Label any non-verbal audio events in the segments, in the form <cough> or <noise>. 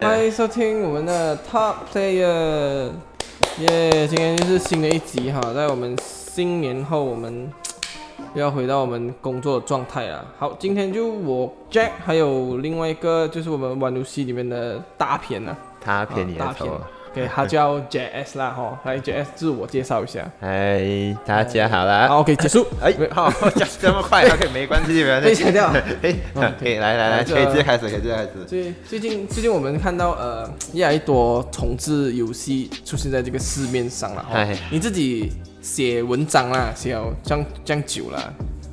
欢迎收听我们的 Top Player，耶今天就是新的一集哈，在我们新年后，我们要回到我们工作的状态啦。好，今天就我 Jack，还有另外一个就是我们玩游戏里面的大片啦，他骗你啊的大头片啊。对，他叫 JS 啦哈，来 JS 自我介绍一下。嗨，哎大家好啦！好，OK，结束。哎， <laughs> 好，讲这么快，OK，没关系，没关被系。切掉了。 <laughs> 哎，嗯可以，来来来 <laughs> 来，这可以直接开始，可以直接开始。最最近最近我们看到呃越来越多重置游戏出现在这个市面上了。哦哎，你自己写文章啦，写了这样这样久了，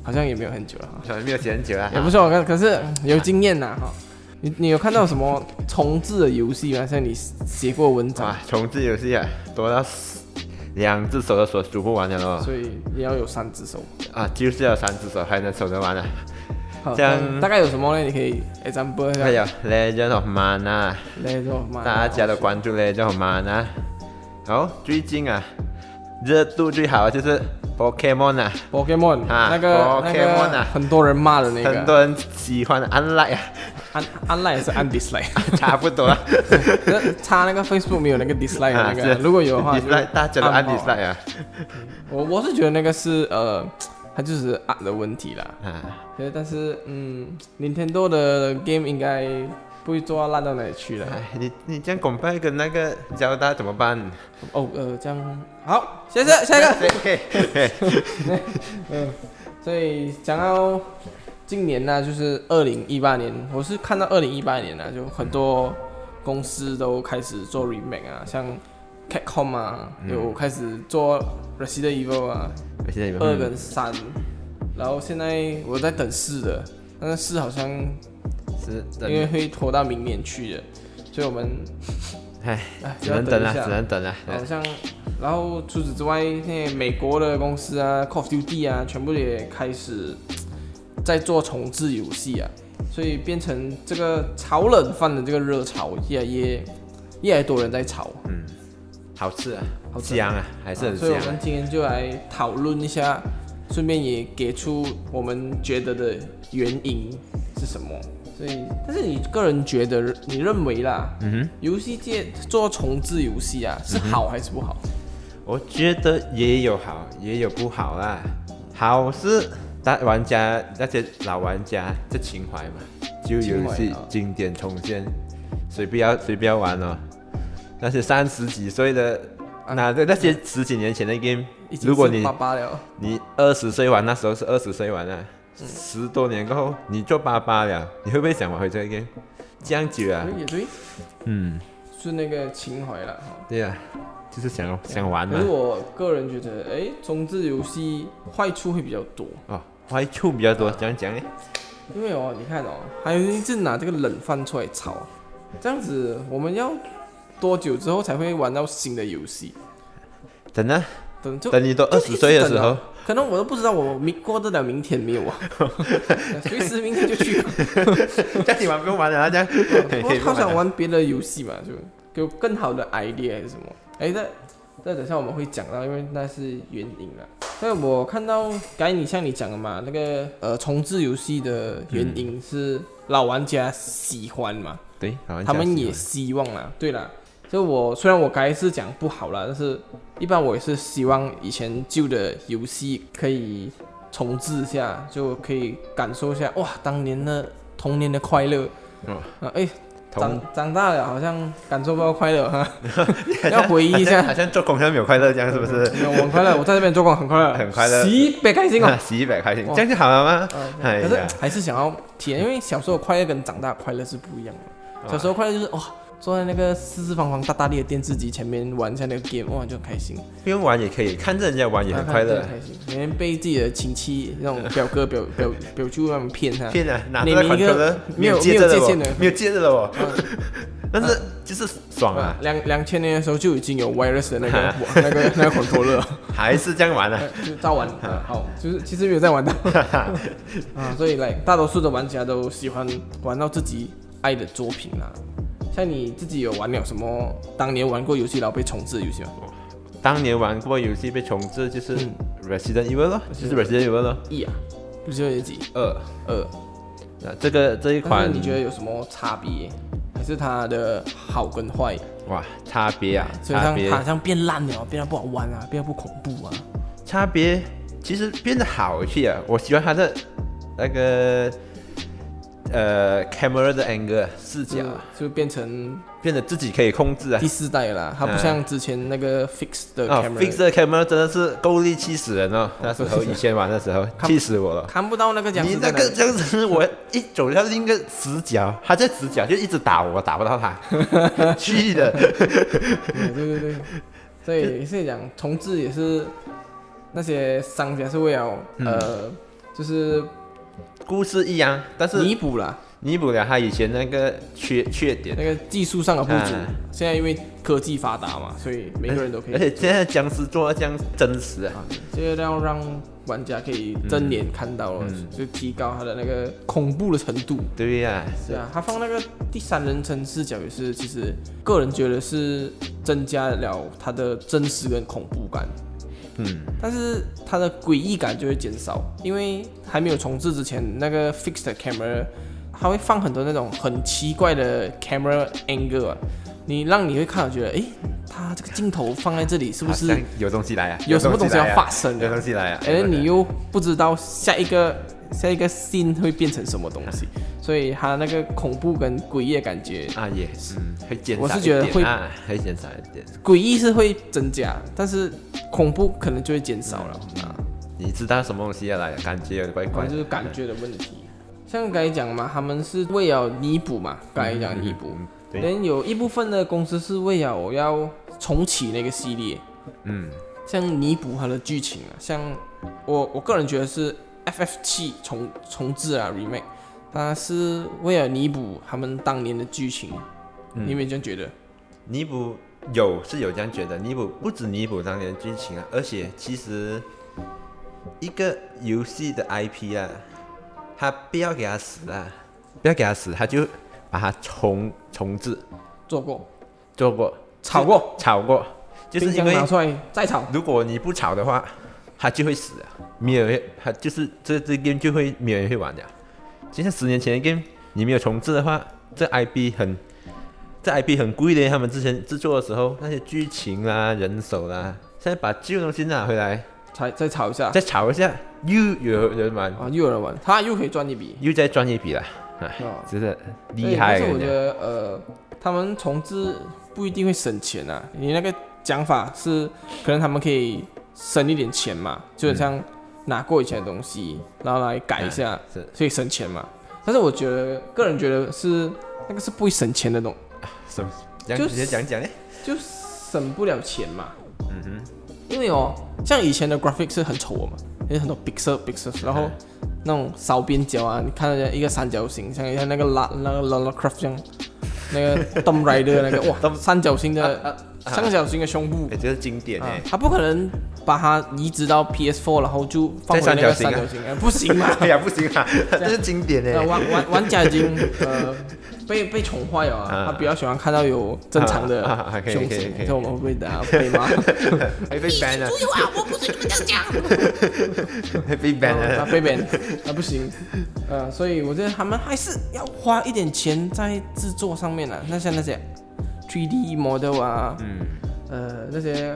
好像也没有很久了哈，小没有写很久啊，也不是我看，可是嗯有经验呐哈。你你有看到什么重置的游戏吗？像你写过文章啊，，重置游戏啊，多到死两只手都数数不完了哦。所以也要有三只手。啊，就是要三只手才能手得完啊。好，这样那大概有什么呢？你可以 example 一下还。有哎 Legend of Mana，来说，妈大家都关注 Legend of Mana。好，最近啊，热度最好的就是 Pokemon 啊， Pokemon 啊那个那 Pokemon 个啊很多人骂的那很个，多人喜欢的 Unlike 啊，按按 like 还是按 <laughs> dislike？ <laughs> 差不多啊。那差那个 Facebook 没有那个 dislike 的那个，如果有 <laughs> 的话 d 就 i 啊大家都按按爆 dislike <laughs> 啊。我我是觉得那个是呃，它就是按的问题啦。啊，对，但是嗯，Nintendo 的 game 应该不会做到烂到哪里去了。哎，你你这样拱拜跟那个交大怎么办？哦，呃，这样好，下一个， <laughs> 下一个。对，嘿所以讲到今年呢、就是二零一八年，我是看到二零一八年呢、啊就很多公司都开始做 remake 啊，像 Capcom 啊，有开始做 Resident Evil 啊，我现在有二跟三，然后现在我在等四的，但是四好像是因为等，会拖到明年去的，所以我们 <laughs> 哎，哎只要能等一啊，下只。能等啊。好像，然后除此之外，现在美国的公司啊，Call of Duty 啊，全部也开始在做重置游戏啊，所以变成这个炒冷饭的这个热潮，越来越越来越多人在炒。嗯，好吃啊，好吃啊香啊，还是啊很所以我香们啊。今天就来讨论一下，顺便也给出我们觉得的原因是什么。所以，但是你个人觉得，你认为啦，嗯游戏界做重置游戏啊，是好还是不好？嗯哼，我觉得也有好，也有不好啦。好是大玩家那些老玩家这情怀嘛，就情游怀戏啊经典重现，随便要随便玩哦。那些三十几岁的，啊那那些十几年前的 game，已经如果是你八啊八了，你二十岁玩，那时候是二十岁玩啊，十多年过后你做爸爸了，你会不会想玩回这个 game？这样久啊哎，也对，嗯，是那个情怀了哈。对啊，就是想想玩可嘛是。我个人觉得，哎，重置游戏坏处会比较多，哦，坏处比较多，怎样讲呢？因为哦，你看哦，还有一直拿这个冷饭出来炒，这样子我们要多久之后才会玩到新的游戏？等啊，等就等你啊都二十岁的时候，，啊可能我都不知道我明过得了明天没 <laughs> 有啊，随时明天就去了。 <laughs> 这样你玩不用玩了啊，这样。 <laughs> 嘿我嘿好不想了玩别的游戏嘛，就有更好的 idea 还是什么？哎，那那等一下我们会讲到，因为那是原因啦。但我看到刚才你像你讲的嘛，那个呃重置游戏的原因嗯是老玩家喜欢嘛，对，好玩家他们喜也欢希望啦。对啦，就我虽然我刚才是讲不好啦，但是一般我也是希望以前旧的游戏可以重置一下，就可以感受一下哇当年的童年的快乐。哦啊，哎，长同长大了好像感受不到快乐哈，要回忆一 <laughs> 好像下好。像做工像没有快乐这样，是不是？没有我很快乐，我在这边做工很快乐， <laughs> 很快乐咦，别开心哦。啊洗一百块钱，哇这样就好了吗？哎可是呀，还是想要体验，因为小时候快乐跟长大快乐是不一样啊的。小时候快乐就是哇，坐在那个四四方方大大力的电视机前面玩一下那个 game，哇就很开心，不用玩也可以，看着人家玩也很快乐很。开心。每天被自己的亲戚那种表哥表表表舅他们骗他， <laughs> 骗人，拿你着那你一款个可乐，没有戒指没有了界限我的，没有戒指了我嗯，但是就是爽啊，两两千年的时候就已经有 virus 的那个那个那个 controller 了。还是这样玩 <laughs> 啊，就照玩，呃好，就是其实没有在 <laughs> 玩到啊，所以来大多数的玩家都喜欢玩到自己爱的作品啦。像你自己有玩了什么当年玩过游戏然后被重置的游戏吗？嗯当年玩过游戏被重置就是 Resident Evil 咯，就是 Resident Evil 咯， E 啊，不是有点几二，二，那这个这一但款是你觉得有什么差别？还是它的好跟坏？哇差别啊，所以差像别它好像变烂了，变得不好玩啊，变得不恐怖啊。差别其实变得好一些啊，我喜欢它的那个呃 camera 的 angle 视角就啊，就变成变得自己可以控制啊嗯第。四代了啦，它不嗯像之前那个 fix 的哦 camera，、 ，fix 的 camera 真的是够力气死人哦！那时候对以前玩的时 <laughs> 候看气死我了。看不到那个讲你是在那哪里个这样子，我一走到另一个死角，他在死角就一直打我，打不到他， <laughs> 去的。对对对，所 <laughs> 以是讲重置也是那些商家是为了、呃，就是故事一样，但是弥补啦弥补了他以前那个缺缺点那。个技术上的不足。嗯现在因为科技发达嘛，所以每个人都可以而，且现在僵尸做到这样真实哎啊，这要让玩家可以真眼看到了，嗯就提高他的那个恐怖的程度。对呀、对是啊，他放那个第三人称视角也是，其实个人觉得是增加了他的真实跟恐怖感。嗯，但是它的诡异感就会减少，因为还没有重置之前，那个 fixed camera 它会放很多那种很奇怪的 camera angle，、啊、你让你会看，觉得诶，它这个镜头放在这里是不好是像有东西来啊？有什么东西要来啊发生有的？东西来啊！哎，有东西你又不知道下一个下一个 scene 会变成什么东西，所以它那个恐怖跟诡异的感觉，啊也嗯会减少我是觉得一点会啊，会减少一点。诡异是会增加，但是恐怖可能就会减少了啊。你知道什么东西要来，感觉有点怪可怪能的，就是感觉的问题。像刚才讲嘛，他们是为了弥补嘛，刚才讲弥补嗯。对，但有一部分的公司是为了我要重启那个系列，嗯像弥补它的剧情啊，像我我个人觉得是 FF 七重重置啊 remake，它是为了弥补他们当年的剧情，你有嗯，没有这样觉得？弥补有是有这样觉得，弥补不止弥补当年的剧情啊，而且其实一个游戏的 IP 啊，他不要给他死啊，不要给他死，他就把它重重置做过，做过炒过，炒过，就是冰因箱为拿出来再炒，如果你不炒的话，他就会死啊，没有人，他就是这这 game 就会没有人会玩的。就像十年前的 game，你没有重置的话，这 IP 很，这 IP 很贵的。他们之前制作的时候，那些剧情啦、人手啦，现在把旧东西拿回来，再再炒一下，再炒一下，又有人玩，啊，又有人玩，他又可以赚一笔。又再赚一笔了，啊真的对厉害但是我觉人家。得呃，他们重置不一定会省钱啊。你那个讲法是，可能他们可以省一点钱嘛，就很像拿过以前的东西，然后来改一下，是所以省钱嘛。但是我觉得，个人觉得是那个是不会省钱的东，什么？讲就直接讲讲嘞。就省不了钱嘛。嗯哼，因为哦，像以前的 graphic 是很丑的嘛，有很多 pixel pixel，然后那种烧边角啊，你看人家一个三角形，像像那个拉那个 Lara Croft 这样，那个 <laughs> Tomb Raider 那个哇，三角形的三角形的胸部哎，这是经典啊啊哎，，他不可能把它移植到 PS4，然后就放回再那个三三角，角形，哎不行嘛哎呀，不行啊，这是经典那哎。呃玩玩玩家已经呃被被宠坏了啊，啊他比较喜欢看到有正常的啊啊啊可以胸可以型可，以这我们会不会等下被 <laughs> 骂？还被 ban 了出，去玩，我不是跟你们这样讲。还被 ban 了。啊，被 ban 啊，不行，呃，所以我觉得他们还是要花一点钱在制作上面啦。啊那像那些 3D model 啊，嗯，呃，那些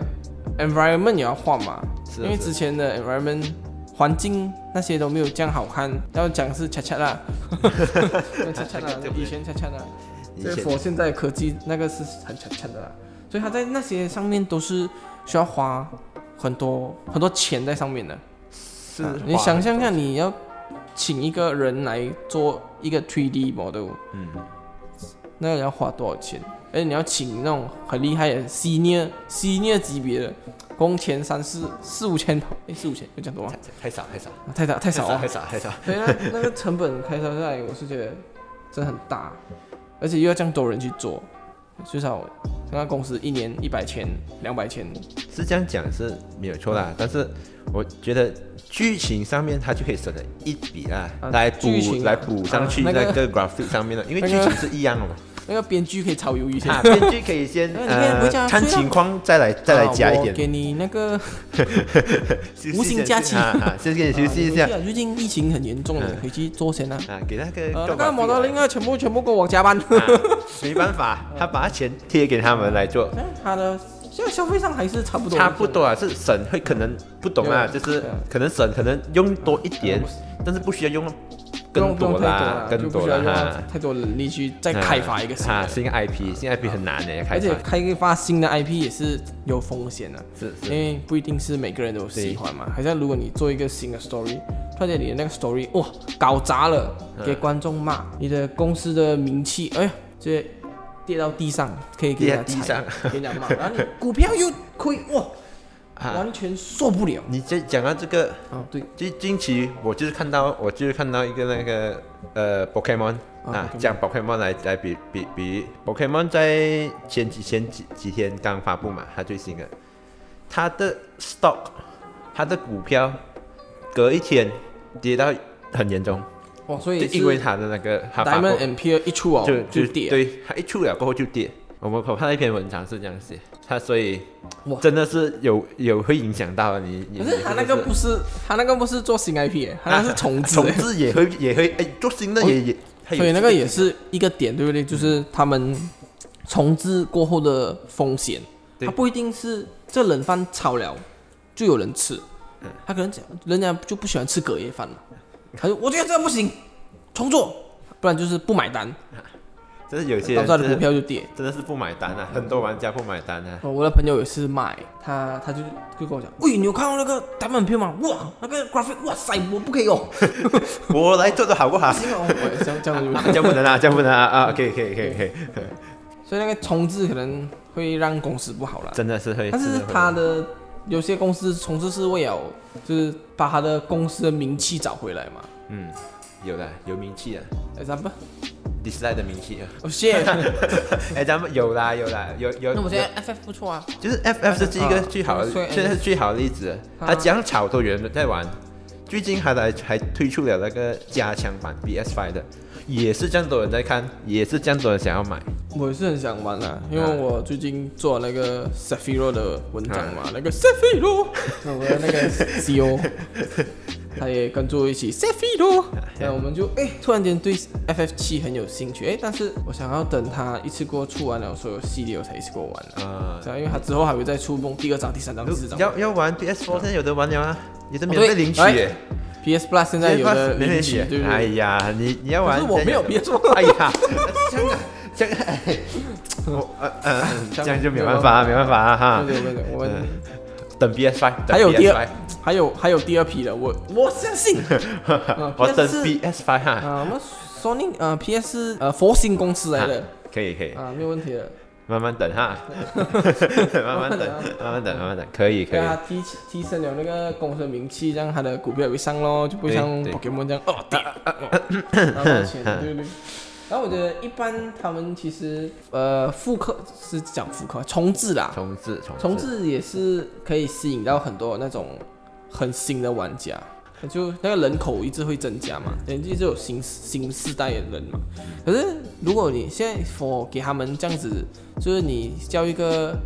environment 也要换嘛，是啊因为是啊之前的 environment 环境那些都没有这样好看。要讲是恰恰 <laughs> 啦，恰恰啦，以前恰恰啦，以这前佛现在科技那个是很恰恰的啦，所以他在那些上面都是需要花很多很多钱在上面的。是啊花你想象一下，你要请一个人来做一个 3D model，嗯，那个要花多少钱？而且你要请那种很厉害的 senior senior 级别的，工钱三四四五千跑，哎，四五千有讲多吗？太太少太少啊太少太太少了啊太！少太少，所以那那个成本开销下来，我是觉得真的很大，而且又要这样多人去做，至少那公司一年一百千、两百千，是这样讲是没有错啦，但是我觉得剧情上面它就可以省了一笔啦，啊来补剧情啊来补上去啊那那个个 graphic 上面的，因为那剧个 <laughs> 情是一样的嘛，那个编剧可以炒鱿鱼先。啊，编剧可以先那你可以回家呃看睡啦情况再来再来加一啊啊我给点，你那个休息一下无形假期啊啊，先给你休息一下啊最近疫情很严重了，回去做先啊。啊，给那个呃，那做个法摩托进林来啊，全部全部给我加班。啊没办法，他把钱贴给他们来做，那哎他的现在消费上还是差不多，差不多啊，是省会可能不懂啊，对啊就是对啊可能省可能用多一点，但是不需要用不用，更不用太多多啦了，，更嗯就不多需要啦用哈。太多能力去再开发一个新啊，的啊。是一个 IP，新 IP 很难的，开而且发开发新的 IP 也是有风险的、是因是为不一定是每个人都喜欢嘛。好像如果你做一个新的 story，突然间你的那个 story 哇搞砸了，嗯给观众骂，你的公司的名气哎呀直接跌到地上，可以给人家跌到地踩，给人家骂， <laughs> 然后你股票又亏哇，啊。哦完全受不了你这讲到这个，啊！对，近近期我就是看到，我就是看到一个那个呃 Pokemon 啊啊， Pokemon 讲 Pokemon 来来比比比 Pokemon 在前几前几几天刚发布嘛，它最新的，它的 stock，它的股票隔一天跌到很严重，哇，所就以是因为它的那个它发布 Diamond and Pearl 一出哦就就跌，对，它一出了过后就跌。我们我看到一篇文章是这样写，它所以哇真的是有有会影响到你，你可是他那个不是他那个不是做新 IP，耶他那是重置啊重耶，置也会也会哎，做新的也也，它有所以那个嗯这也是一个点，对不对？就是他们重置过后的风险，对他不一定是这冷饭炒了就有人吃，他可能讲人家就不喜欢吃隔夜饭了，他说我觉得这样不行，重做，不然就是不买单，真是有些导人致他的真股的票就跌。真的是不买单啊，很多玩家不买单啊。哦，我的朋友也是卖，他他就就跟我讲，喂，你有看到那个打满票吗？哇，那个 graphic，哇塞，我不可以用， <laughs> 我来做的好不好？因为我我这样这样就啊这样不能啊，这样不能啊啊！可以可以可以可以， <laughs> 所以那个重置可能会让公司不好了。真的是会。但是真的会他的有些公司重置是为了就是把他的公司的名气找回来嘛。嗯，有的有名气啊 example， ，dislike 的名气啊。哦谢。哎，咱们有啦有啦有有。 <laughs> 那我觉有得 FF 不错啊，就是 FF 是一个最好的所以，现在是最好的例子了。啊它讲炒都有人在玩，最近还来还推出了那个加强版 BS5 的，也是这样多人在看，也是这样多人想要买。我也是很想玩啊，因为我最近做那个 s a f i r o 的文章嘛，那个 s a f i r o 我的嗯 <laughs> 那个 <laughs> CEO，他也跟着我一起 s a f i r o 那我们就哎、突然间对 FF 七很有兴趣哎、但是我想要等他一次过出完了所有系列，我才一次过玩、啊。呃，对啊，因为他之后还会再出梦第二章、第三章、第四章。要要玩 PS4 现在有的玩了啊，哦有的免费领取哎耶， PS Plus 现在哎有的免费领领取取，耶对不哎对？呀，你你要玩，可是我没有 <laughs> 现在 PS4 哎呀，这样这样，哎我呃呃嗯这样就没办法啊，没办法啊哈对，对对对，<laughs> 我们等 PS5，还有第二 PS5，还有还有第二批的，我我相 <laughs> 信。嗯我等 PS4 PS5 哈，啊，我们 Sony 呃 PS 呃佛心公司来的可以可以。啊，没有问题的。慢慢等 <laughs> 哈，慢慢等，慢慢等，慢慢等，可以可啊对以。啊，提起提升了那个公司的名气，让他的股票也会上咯，就不会像对对 Pokemon 这样哦跌， <laughs> 哦拿不起来对不对？然后我觉得一般他们其实呃复刻是讲复刻重置啦，重置，重重置，置也是可以吸引到很多那种很新的玩家，就那个人口一直会增加嘛，人一直有新新世代的人嘛。可是如果你现在 for 给他们这样子，就是你叫一个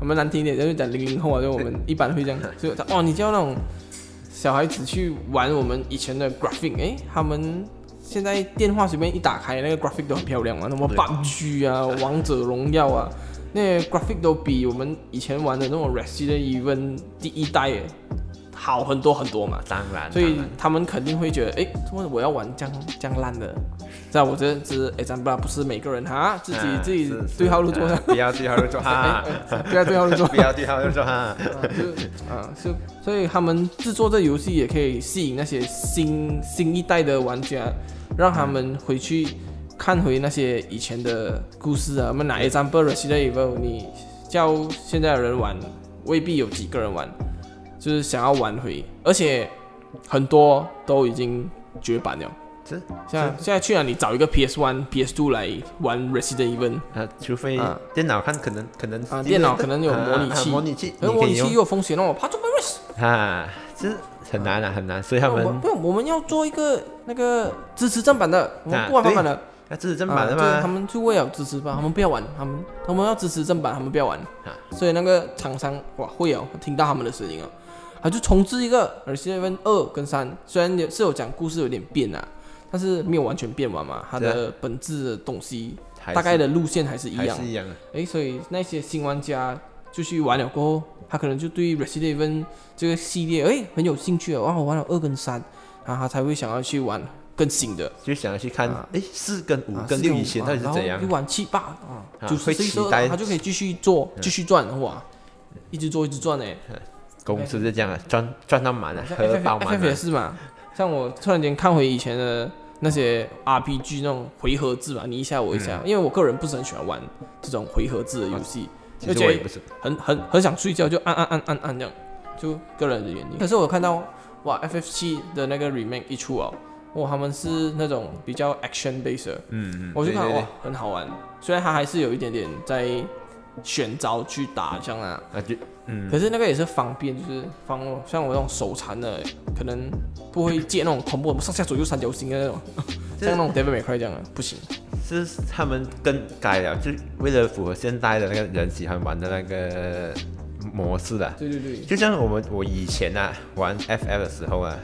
我们难听一点，就是讲零零后啊，就我们一般会这样，就哦，你叫那种小孩子去玩我们以前的 graphic，哎，他们。现在电话随便一打开，那个 graphic 都很漂亮啊，什么对 PUBG <laughs> 啊、王者荣耀啊，那些 graphic 都比我们以前玩的那种 Resident Evil 第一代好很多很多嘛，当然，所以当然他们肯定会觉得，诶，怎么我要玩这样这样烂的？这样我这只 example 不是每个人哈，自己、啊自己是是对号入座啊的，不要对号入座哈，哎不要 <laughs> 对号入座。不要对号入座 <laughs> 哈。啊就啊，是，所以他们制作这游戏也可以吸引那些新新一代的玩家，让他们回去看回那些以前的故事啊。我们哪一张 b e r s i d e v 你叫现在的人玩，未必有几个人玩，就是想要玩回，而且很多都已经绝版了。这像现在去哪里找一个 PS One、PS Two 来玩 Resident Evil？啊，除非啊电脑看，可能可能啊电脑可能有模拟器啊啊模拟器，可是你模可拟以器哎又用有风险哦，我怕中 virus。啊，这很难啊，很难，所以他那我们不用，我们要做一个那个支持正版的，我们啊不玩翻版的。那支持正啊版的对他嘛，们就为了支持吧，他们不要玩，他们他们要支持正版，他们不要玩。啊所以那个厂商哇会哦，听到他们的声音哦，他就重置一个 Resident 二跟三，虽然也是有讲故事有点变啊，但是没有完全变完嘛，它对的本质的东西啊还是大概的路线还是一还样是。一样的。诶，所以那些新玩家就去玩了过后，他可能就对 Resident Evil 这个系列诶很有兴趣了，啊哇，我玩了二跟三，然后他才会想要去玩更新的。就想要去看啊，哎，四跟五啊跟四六五以前啊到底是然怎后样一？碗七八啊，啊就会是这一期周待嗯他就可以继续做，继续赚哇，一直做一直赚 <laughs> 哎，公司就这样啊，赚赚到满了，像荷 F 包 F 满啊 F 也了。是嘛，像我突然间看回以前的那些 RPG 那种回合制嘛，你一下我一嗯下，因为我个人不是很喜欢玩这种回合制的游戏，其实我而且也不是，很很很想睡觉就按按按按按这样，就个人的原因。可是我看到哇，FF 七的那个 remake 一出哦，哇，他们是那种比较 action base 的。嗯嗯，我就看对对哇，很好玩。虽然它还是有一点点在选招去打这样啊，对啊就嗯可是那个也是方便，就是方像我这种手残的，可能不会借那种恐怖的上下左右三角形的那 <laughs> 种，这像那种 David 快这样的啊不行。是他们更改了，就是为了符合现代的那个人喜欢玩的那个模式啊的。对对对，就像我们我以前啊玩 FF 的时候啊，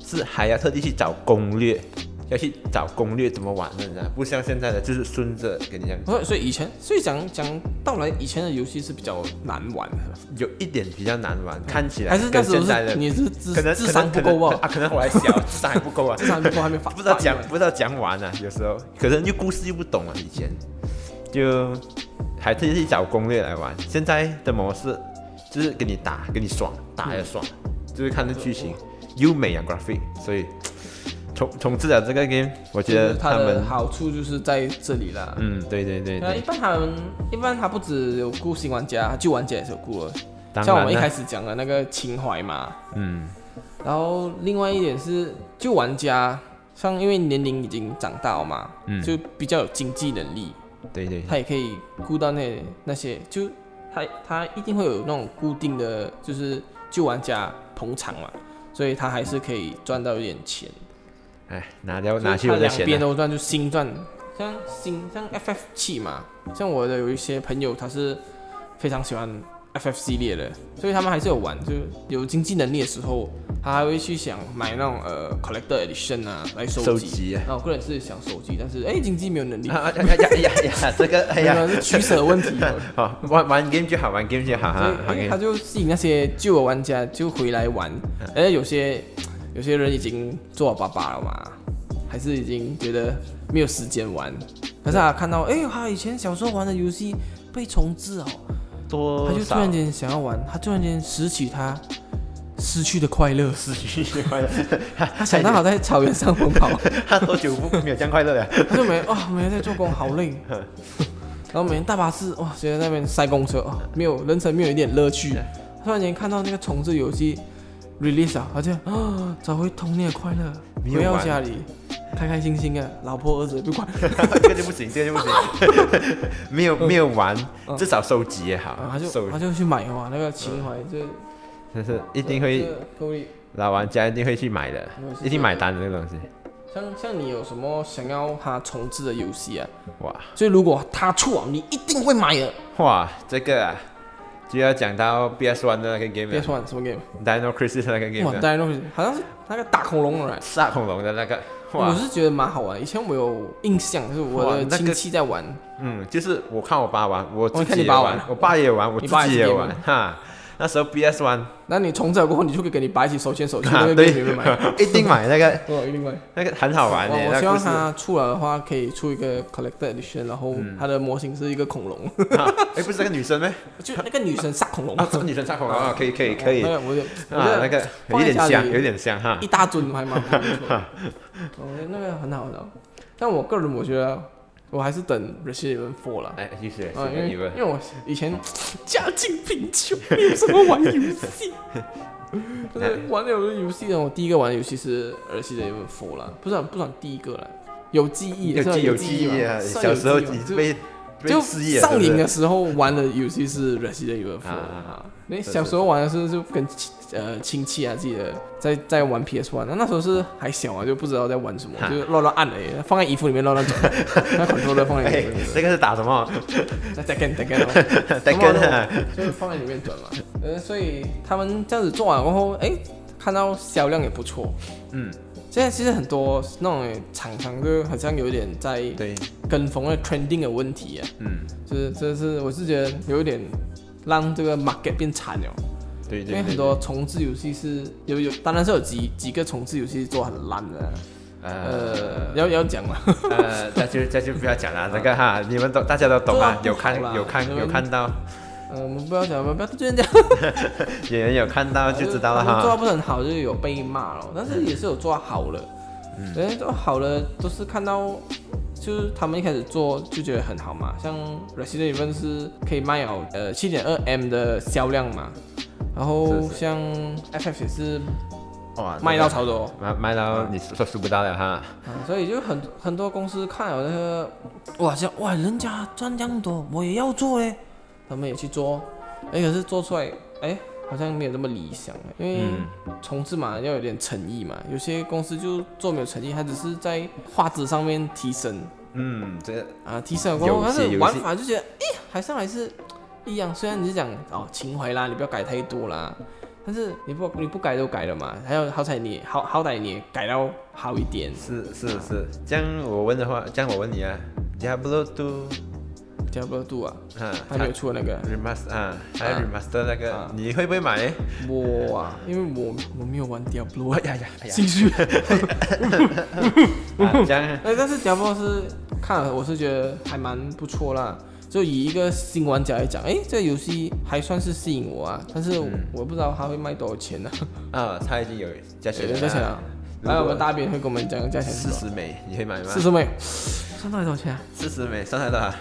是还要特地去找攻略，要去找攻略怎么玩的，你知道吗不像现在的就是顺着跟你讲，所以所以以前，所以讲讲到来，以前的游戏是比较难玩的，有一点比较难玩，看起来还是那跟时现候在的是你是智可能智商不够吧？吧？啊，可能我还小， <laughs> 智商还不够啊，智商不够还没发，不知道讲发育完不知道讲完啊，有时候可能就故事又不懂啊，以前就还特意去找攻略来玩。现在的模式就是给你打，给你爽，打嗯也爽，就是看这剧情优美啊，graphic，所以重重置了这个 game，我觉就是得它他的们好处就是在这里啦。嗯，对对对对啊，一对，般他们一般他不只有雇新玩家，旧玩家也是有雇的。当像我然们一开了，始讲的那个情怀嘛，嗯，然后另外一点是旧玩家，像因为年龄已经长大了嘛，嗯就比较有经济能力，对对他也可以雇到那那些，就他他一定会有那种固定的，就是旧玩家捧场嘛，所以他还是可以赚到一点钱。哎，拿掉所以拿去它我的两钱边啊，都赚，就新赚。像新像 FF 七嘛，像我的有一些朋友他是非常喜欢 FF 系列的，所以他们还是有玩，就有经济能力的时候，他还会去想买那种呃 collector edition 啊来收收集啊 <laughs> 那我个人是想收集，但是哎、经济没有能力，啊啊哎呀哎呀哎呀，这个没哎有呀，是取舍问题哦。 <laughs> 好玩玩 game 就好，玩 game 就好所哈，以好哎 game 他就吸引那些旧的玩家就回来玩，而且有些有些人已经做了爸爸了嘛，还是已经觉得没有时间玩，可是他看到哎，他以前小时候玩的游戏被重置哦，多他就突少然间想要玩，他突然间拾起他失去的快乐，失去快乐，他想到好在草原上奔跑， <laughs> 他多久不没有这样快乐了？ <laughs> 他就每天哇、每天在做工好累，然后每天大巴士哇，觉得那边塞公车啊，没有人生没有一点乐趣。突然间看到那个重置游戏 release 啊，他就啊找回童年的快乐，没有回到玩家里开开心心的，老婆儿子也不管这个就不行，这个就不行， <laughs> 没有没有玩，至少收集也好嗯啊，他，就收他就去买哇那个情怀，这但是一一定会老玩家一定会去买的没有，是一定买单的这个东西。像像你有什么想要他重置的游戏啊？哇所以如果他出啊，你一定会买的。哇，这个啊，就要讲到 BS One 的那个 game 别了说什么 game， ，Dino Crisis 的那个哇 game，了大家都好像是那个打恐龙了。杀恐龙的那个，我哇，是觉得蛮好玩，以前我有印象，就是我啊哇的那个亲戚在玩，嗯，就是我看我爸玩，我自看己你也爸玩玩，我爸也玩，我你自爸也是己也 gamer 玩，哈，那时候 BS One，那你重载过后，你就可以跟你爸一起手牵手 <laughs> 去那啊个对 game 里面买。， <laughs> 一定买那个哦，另外，那个很好玩的，我我那希个故望事。它出来的话，可以出一个 collector edition，然后嗯它的模型是一个恐龙， <laughs> 啊 <laughs> 哎，不是那个女生咩？就那个女生杀恐龙啊，这个女生插口啊，可以可以可以那啊，个我有，哦我觉那得个有放在点家像，里有点像哈一。大尊还蛮不错 <laughs> 的，我觉得那个很好的。但我个人我觉得，我还是等 Resident Evil 4了。哎，就是是啊，因的，为你们因为我以前家境贫穷，没有什么玩游 <laughs> 戏，就是玩了游戏呢。我第一个玩的游戏是儿戏的 Even Four 啦，不算不算第一个啦，有记忆，有算记有记忆嘛啊，算小有时候记忆你嘛被就被失忆上瘾了的时候玩的游戏是《Resident Evil 4》啊啊啊，那小时候玩的是就跟亲呃亲戚啊自己的在在玩 PS One，那那时候是还小啊，就不知道在玩什么，哈就乱乱按而已，放在衣服里面乱乱转， <laughs> 那 controller 放在哎里面，，这个是打什么？ <laughs> 再再跟再跟哦，在跟啊，就是放在里面转嘛。 <laughs> 呃，所以他们这样子做完过后，哎，看到销量也不错。嗯，现在其实很多那种厂商就好像有点在对，跟风的 trending 的问题啊，嗯，就是这是我是觉得有一点让这个 market 变惨了。对对因为对，很多重置游戏是有有，当然是有几几个重置游戏是做很烂的，呃呃，要要讲嘛，呃，那就那就不要讲了，这个哈，你们都大家都懂啊，做有到不好看啦有看你们有看到，呃，我们不要讲，我们不要就这样讲，演员有看到就知道了他们做到哈。不是很好，就有被骂了，但是也是有做好了，嗯人家做好了都是看到，就是他们一开始做就觉得很好嘛，像 Resident Evil 是可以卖有呃七点二 M 的销量嘛，然后是是像 FF 也是哇卖到超多。卖卖到你说数不到了哈，啊，所以就很很多公司看了那个，哇，这样哇，人家赚这样多，我也要做哎，他们也去做，哎，可是做出来，哎，好像没有那么理想，欸因为嗯重置嘛，要有点诚意嘛，有些公司就做没有诚意，它只是在画质上面提升嗯，这个啊，提升了过后，有但些有是些玩法就觉得，哎，好像还是一样，虽然你是讲哦情怀啦，你不要改太多啦。但是你不你不改都改了嘛，还有好歹你好好歹你也改到好一点，是是是，这样我问的话，这样我问你啊，Diablo Two 第二个度啊，啊，还没有出的那个。 remaster 啊，还有啊 remaster 那个啊，你会不会买？我啊，因为我我没有玩 Diablo，哎呀呀哎呀继 <laughs> 续。啊，这样哎，但是 Diablo 是看了，我是觉得还蛮不错啦。就以一个新玩家来讲，哎，这个游戏还算是吸引我啊，但是嗯我不知道它会卖多少钱呢、啊，它已经有价钱有了人在啊，想啊，如果来我们大饼会跟我们讲价钱四是十美，你会买吗？四十美，算到底多少钱啊？四十美，算来了 <laughs> 啊，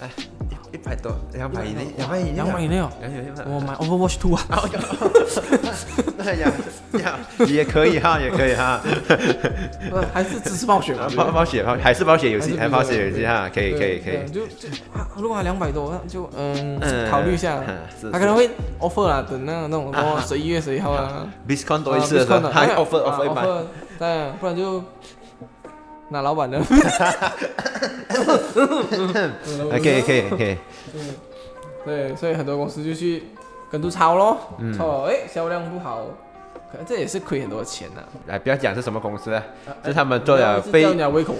哎，一一百多，两百以内，两百以内，啊两百以内哦两百以内吧。我买 Overwatch Two 啊，哎呀呀， <laughs> 也可以哈，也可以哈，不是还是支持暴 <laughs> 雪吧？我觉包得包血包还是包血游戏，还还是包血游戏哈，可以可对以可对以。就就啊如果两百多，那就嗯嗯考虑一下嗯是，他可能会 offer 啦，等那那 <laughs> 种什么十一月十一号啊， Biscon 多一次的时候，啊还，Biscon 啊 offer 啊 offer 一百， offer，对，不然就拿老板 <laughs> 的。啊可以可以可以，对，所以很多公司就去跟着抄咯，嗯抄了，哎，销量不好，可能这也是亏很多钱呐。来哎不要讲是什么公司啊，是他们做了被吊人家胃口，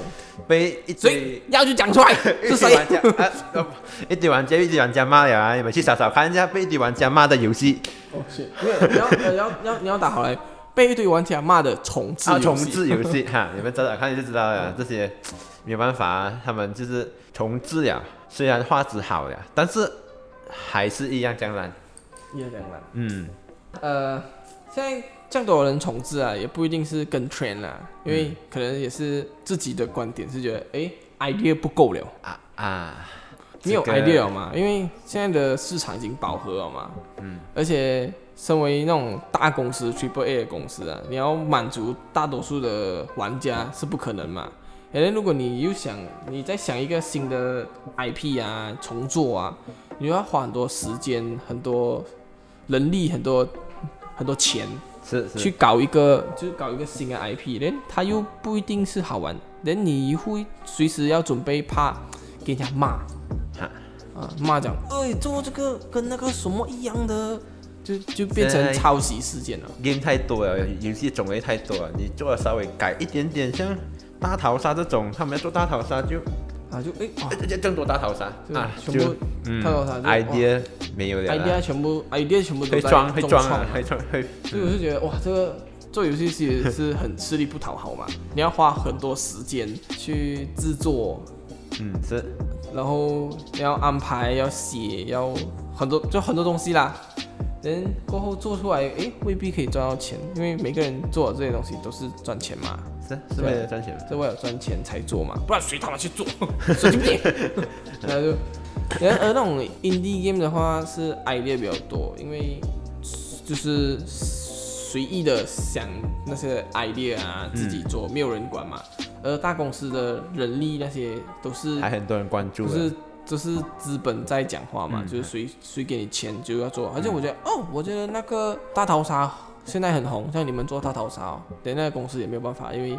被一所堆以要就讲出 <laughs> 来是一堆谁。玩家啊，呃一堆玩家一堆玩家骂了啊，你们去找找看一下被一堆玩家骂的游戏哦，是，因为你要呃你要你要你要打好来，被一堆玩家骂的重置啊，游重戏置游 <laughs> 戏哈，你们找找看就知道了。这些没有办法、啊，他们就是重置了，虽然画质好了，但是还是一样江南。也两难。嗯，呃，现在这样多人重置啊，也不一定是跟 trend 啦，因嗯为可能也是自己的观点是觉得，哎，idea 不够了，啊啊，没有这个 idea 了嘛，因为现在的市场已经饱和了嘛，嗯，而且身为那种大公司 Triple A 的公司啊，你要满足大多数的玩家是不可能嘛。哎，如果你又想你再想一个新的 IP 啊，重做啊，你又要花很多时间、很多人力、很多很多钱是是去搞一个，就是搞一个新的 IP，连它又不一定是好玩，连你会随时要准备怕给人家骂， <laughs> 哈啊骂讲，哎、做这个跟那个什么一样的，就就变现成在抄袭事件了。 game 太多了，游戏种类太多了，你做的稍微改一点点，像大逃杀这种，他们要做大逃杀就啊，就哎、 <laughs> 哇就更多大逃杀就啊，全部就嗯大逃杀就哇 idea 没有了啦，idea 全部 idea 全部都会在装会重装创啊嘛， <laughs> 会装会所以我就觉得哇，这个做游戏其实是很吃力不讨好嘛，你要花很多时间去制作，嗯是然后要安排，要写，要很多，就很多东西啦。人过后做出来，诶，未必可以赚到钱，因为每个人做的这些东西都是赚钱嘛，是是为了赚钱吗是为了赚钱才做嘛，不然谁他妈去做？ <laughs> 神经病！然后就，然而那种 indie game 的话是 idea 比较多，因为就是随意的想那些 idea 啊，自己做，没有人管嘛。而大公司的人力那些都是还很多人关注就的，是就是资本在讲话嗯嘛，哎就是谁谁给你钱就要做。而且我觉得，哦，我觉得那个大逃杀现在很红，像你们做大逃杀、哦，对那个公司也没有办法，因为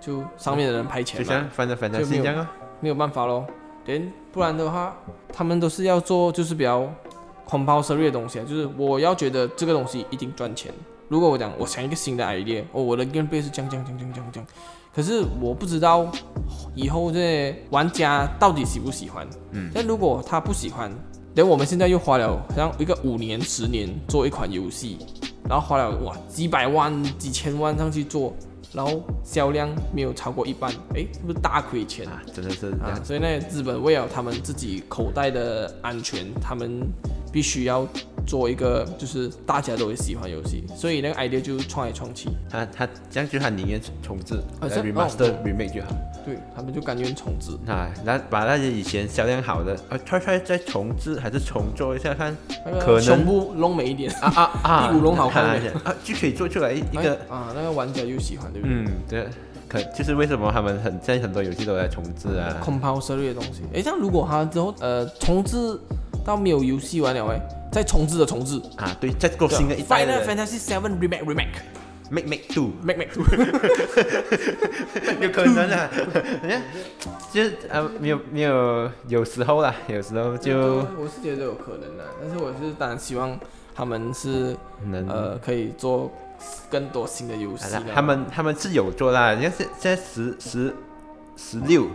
就上面的人拍钱就嘛，像翻着翻着就没是有这样啊，没有办法咯。连不然的话，他们都是要做就是比较 compulsory 的东西，啊，就是我要觉得这个东西一定赚钱。如果我讲我想一个新的 idea，哦，我的 game base 是这样这样这样这样这样这样，可是我不知道以后这些玩家到底喜不喜欢。嗯，但如果他不喜欢，连我们现在又花了好像一个五年、十年做一款游戏，然后花了哇几百万、几千万上去做，然后销量没有超过一半，诶，是不是大亏钱？啊，真的是这啊样，，所以那日本为了他们自己口袋的安全，他们必须要做一个就是大家都会喜欢游戏，所以那个 idea 就创来创去，他他这样就他宁愿重置，啊来这 remaster remake 就好。对他们就甘愿重置，那那把那些以前销量好的，啊，try try 再重置还是重做一下看那个可能胸部隆美一点啊啊啊，比古龙好看啊啊，就可以做出来 <laughs> 一个哎啊，那个玩家就喜欢，对不对、嗯，对，可就是为什么他们很现在很多游戏都在重置啊 c？o m p u l s o r y 的东西，诶，这样如果他之后呃重置到没有游戏玩了，诶，再重置的重置。啊，对，再过新的一代 Final 的 Fantasy Seven Remake Remake Make Make <laughs> Two， Remake Two，有可能啊， <laughs> 人家就是啊，没有没有，有时候啦，有时候就我是觉得有可能的，啊但是我是当然希望他们是能呃，可以做更多新的游戏啊啦。嗯他们他们是有做啦，人家现现在十十十六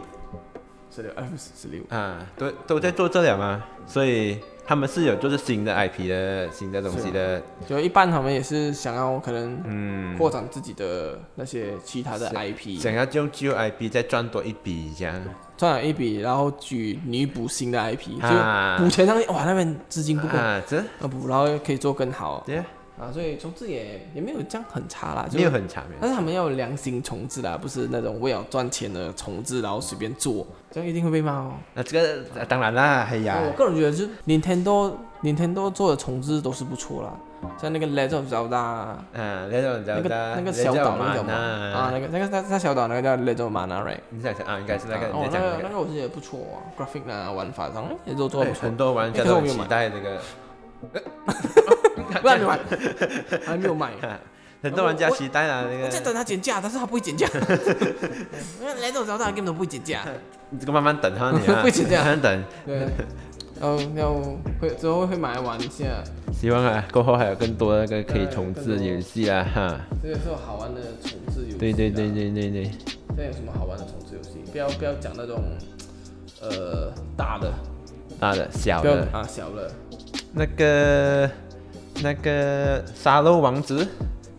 十六 F 十六，啊，都都在做这了嘛，所以他们是有做是新的 IP 的新的东西的，就一般他们也是想要可能嗯，扩展自己的那些其他的 IP，想要用旧 IP 再赚多一笔这样，赚了一笔，然后去弥补新的 IP，啊就补钱上去，哇，那边资金不够，啊，这啊补，然后可以做更好对啊，啊，所以重置也也没有这样很差啦，就没有很长远。但是他们要有良心重置啦，不是那种为了赚钱的重置，然后随便做，这样一定会被骂哦。那这个、啊当然啦，哎呀我，个人觉得，就是 Nintendo Nintendo 做的重置都是不错啦，像那个 Legend of Zelda，嗯，那种叫那个那个小岛那个叫什么啊？那个那个那那小岛那个叫 Legend of Mana right？你想想啊，应该是那个啊哦你在那讲个那那个，哎个我是觉得不错啊，graphic 啊玩法上哎也都做的对不错很，多玩家哎可是都我很没有期买待这个， <laughs> <laughs> 不然没买， <laughs> 还没有买。哈 <laughs> 很多玩家期待啊那我在个，等它减价，但是它不会 <laughs> 减价，因为 Legend of Zelda game 都不会减价。你这个慢慢等哈你 <laughs> 啊，不期待慢慢等，对，然后然后会之后会买来玩一下，希望啊过后还有更多那个可以对重置更的多游戏啊哈，这个是有好玩的重置游戏啦。啊对对对对对对，现在有什么好玩的重置游戏？不要不要讲那种，呃，大的，大的小不要的啊小的，那个那个沙漏王子，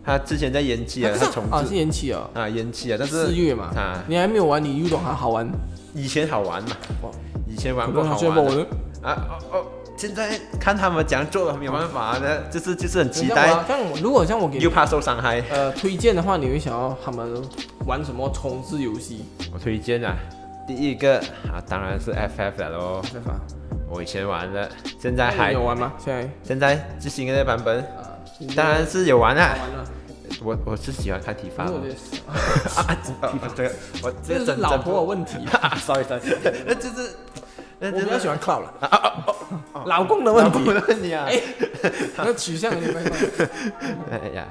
他之前在延期啊，啊他不是重啊啊是置延期啊，啊延期啊，但是四月嘛啊，你还没有玩，你又懂还好玩，以前好玩嘛哇，以前玩很过多好人玩觉得的我的啊哦哦，现在看他们讲做了没有办法的，就是就是很期像我啊待，像我如果像我给又怕受伤害。呃推荐的话，你会想要他们玩什么重置游戏？我推荐啊，第一个啊当然是 FF 了咯，办法，我以前玩的，现在那还你有玩吗？现在现在最新的版本，啊，当然是有玩啦、玩了，我我是喜欢看体罚可是的我觉得是啊啊啊啊这个我这是真老婆的问 <laughs> 题，啊，sorry sorry，那就是那我就是比较喜欢 Cloud 啊了，老公的问老题婆，的问题啊。 <laughs> 哎，那取向有点不一样哎呀，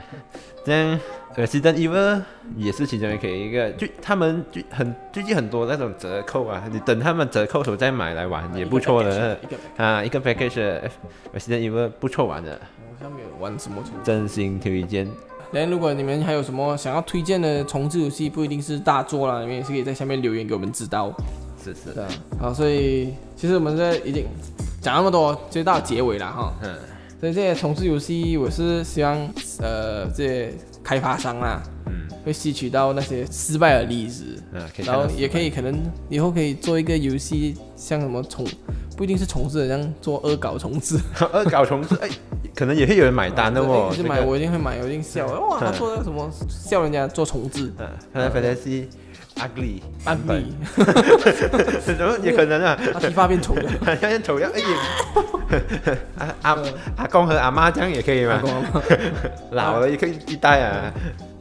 这样 Resident Evil 也是其中一个一个，就他们就很最近很多那种折扣啊，你等他们折扣时候再买来玩 <laughs> 也不错的一个 package，一个 package 啊，一个 package Resident Evil 不错玩的，我好像没有玩什么重置。真心推荐。然后如果你们还有什么想要推荐的重置游戏，不一定是大作啦，你们也是可以在下面留言给我们知道。是是，对啊，好，所以其实我们这已经讲那么多，就到结尾了哈。嗯，所以这些重置游戏，我是希望呃这些开发商啦，嗯，会吸取到那些失败的例子，啊，可以然看到后也可以可能以后可以做一个游戏，像什么重，不一定是重置的，像做恶搞重置。恶 <laughs> 搞重置，哎，可能也会有人买单的哦我，就这个买，我一定会买，我一定笑。哇，他做那个什么，笑人家做重置。嗯，Final Fantasy <laughs> ugly 安利，然后也可能 <laughs> 啊，他剃发变丑 <laughs> 了。要像丑样一点。阿阿阿公和阿妈这样也可以嗯阿吗公？阿嬷老了也可以替代啊。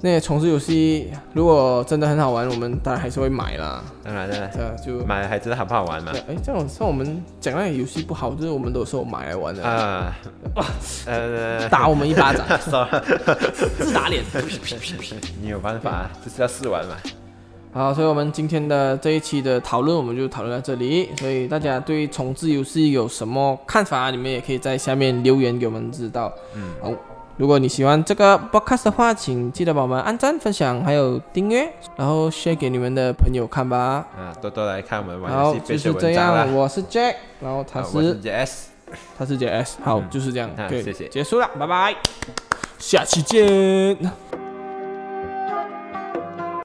那些重置游戏如果真的很好玩，我们当然还是会买啦。当然了，这样就买了啊还知道好不好玩嘛对？哎，这样像我们讲那些游戏不好，就是我们都是我买来玩的，啊，呃， <laughs> 打我们一巴掌，自打脸。你有办法啊，就是要试玩嘛。好，所以我们今天的这一期的讨论，我们就讨论到这里。所以大家对重置游戏有什么看法，你们也可以在下面留言给我们知道。嗯，好，如果你喜欢这个 podcast 的话，请记得帮我们按赞、分享，还有订阅，然后 share 给你们的朋友看吧。啊，多多来看我们玩游好，戏就是背写这文章啦样。。我是 Jack，然后他啊我是是 JS，他是 JS，好，就是这样啊，对，谢谢结束了，拜拜，下期见。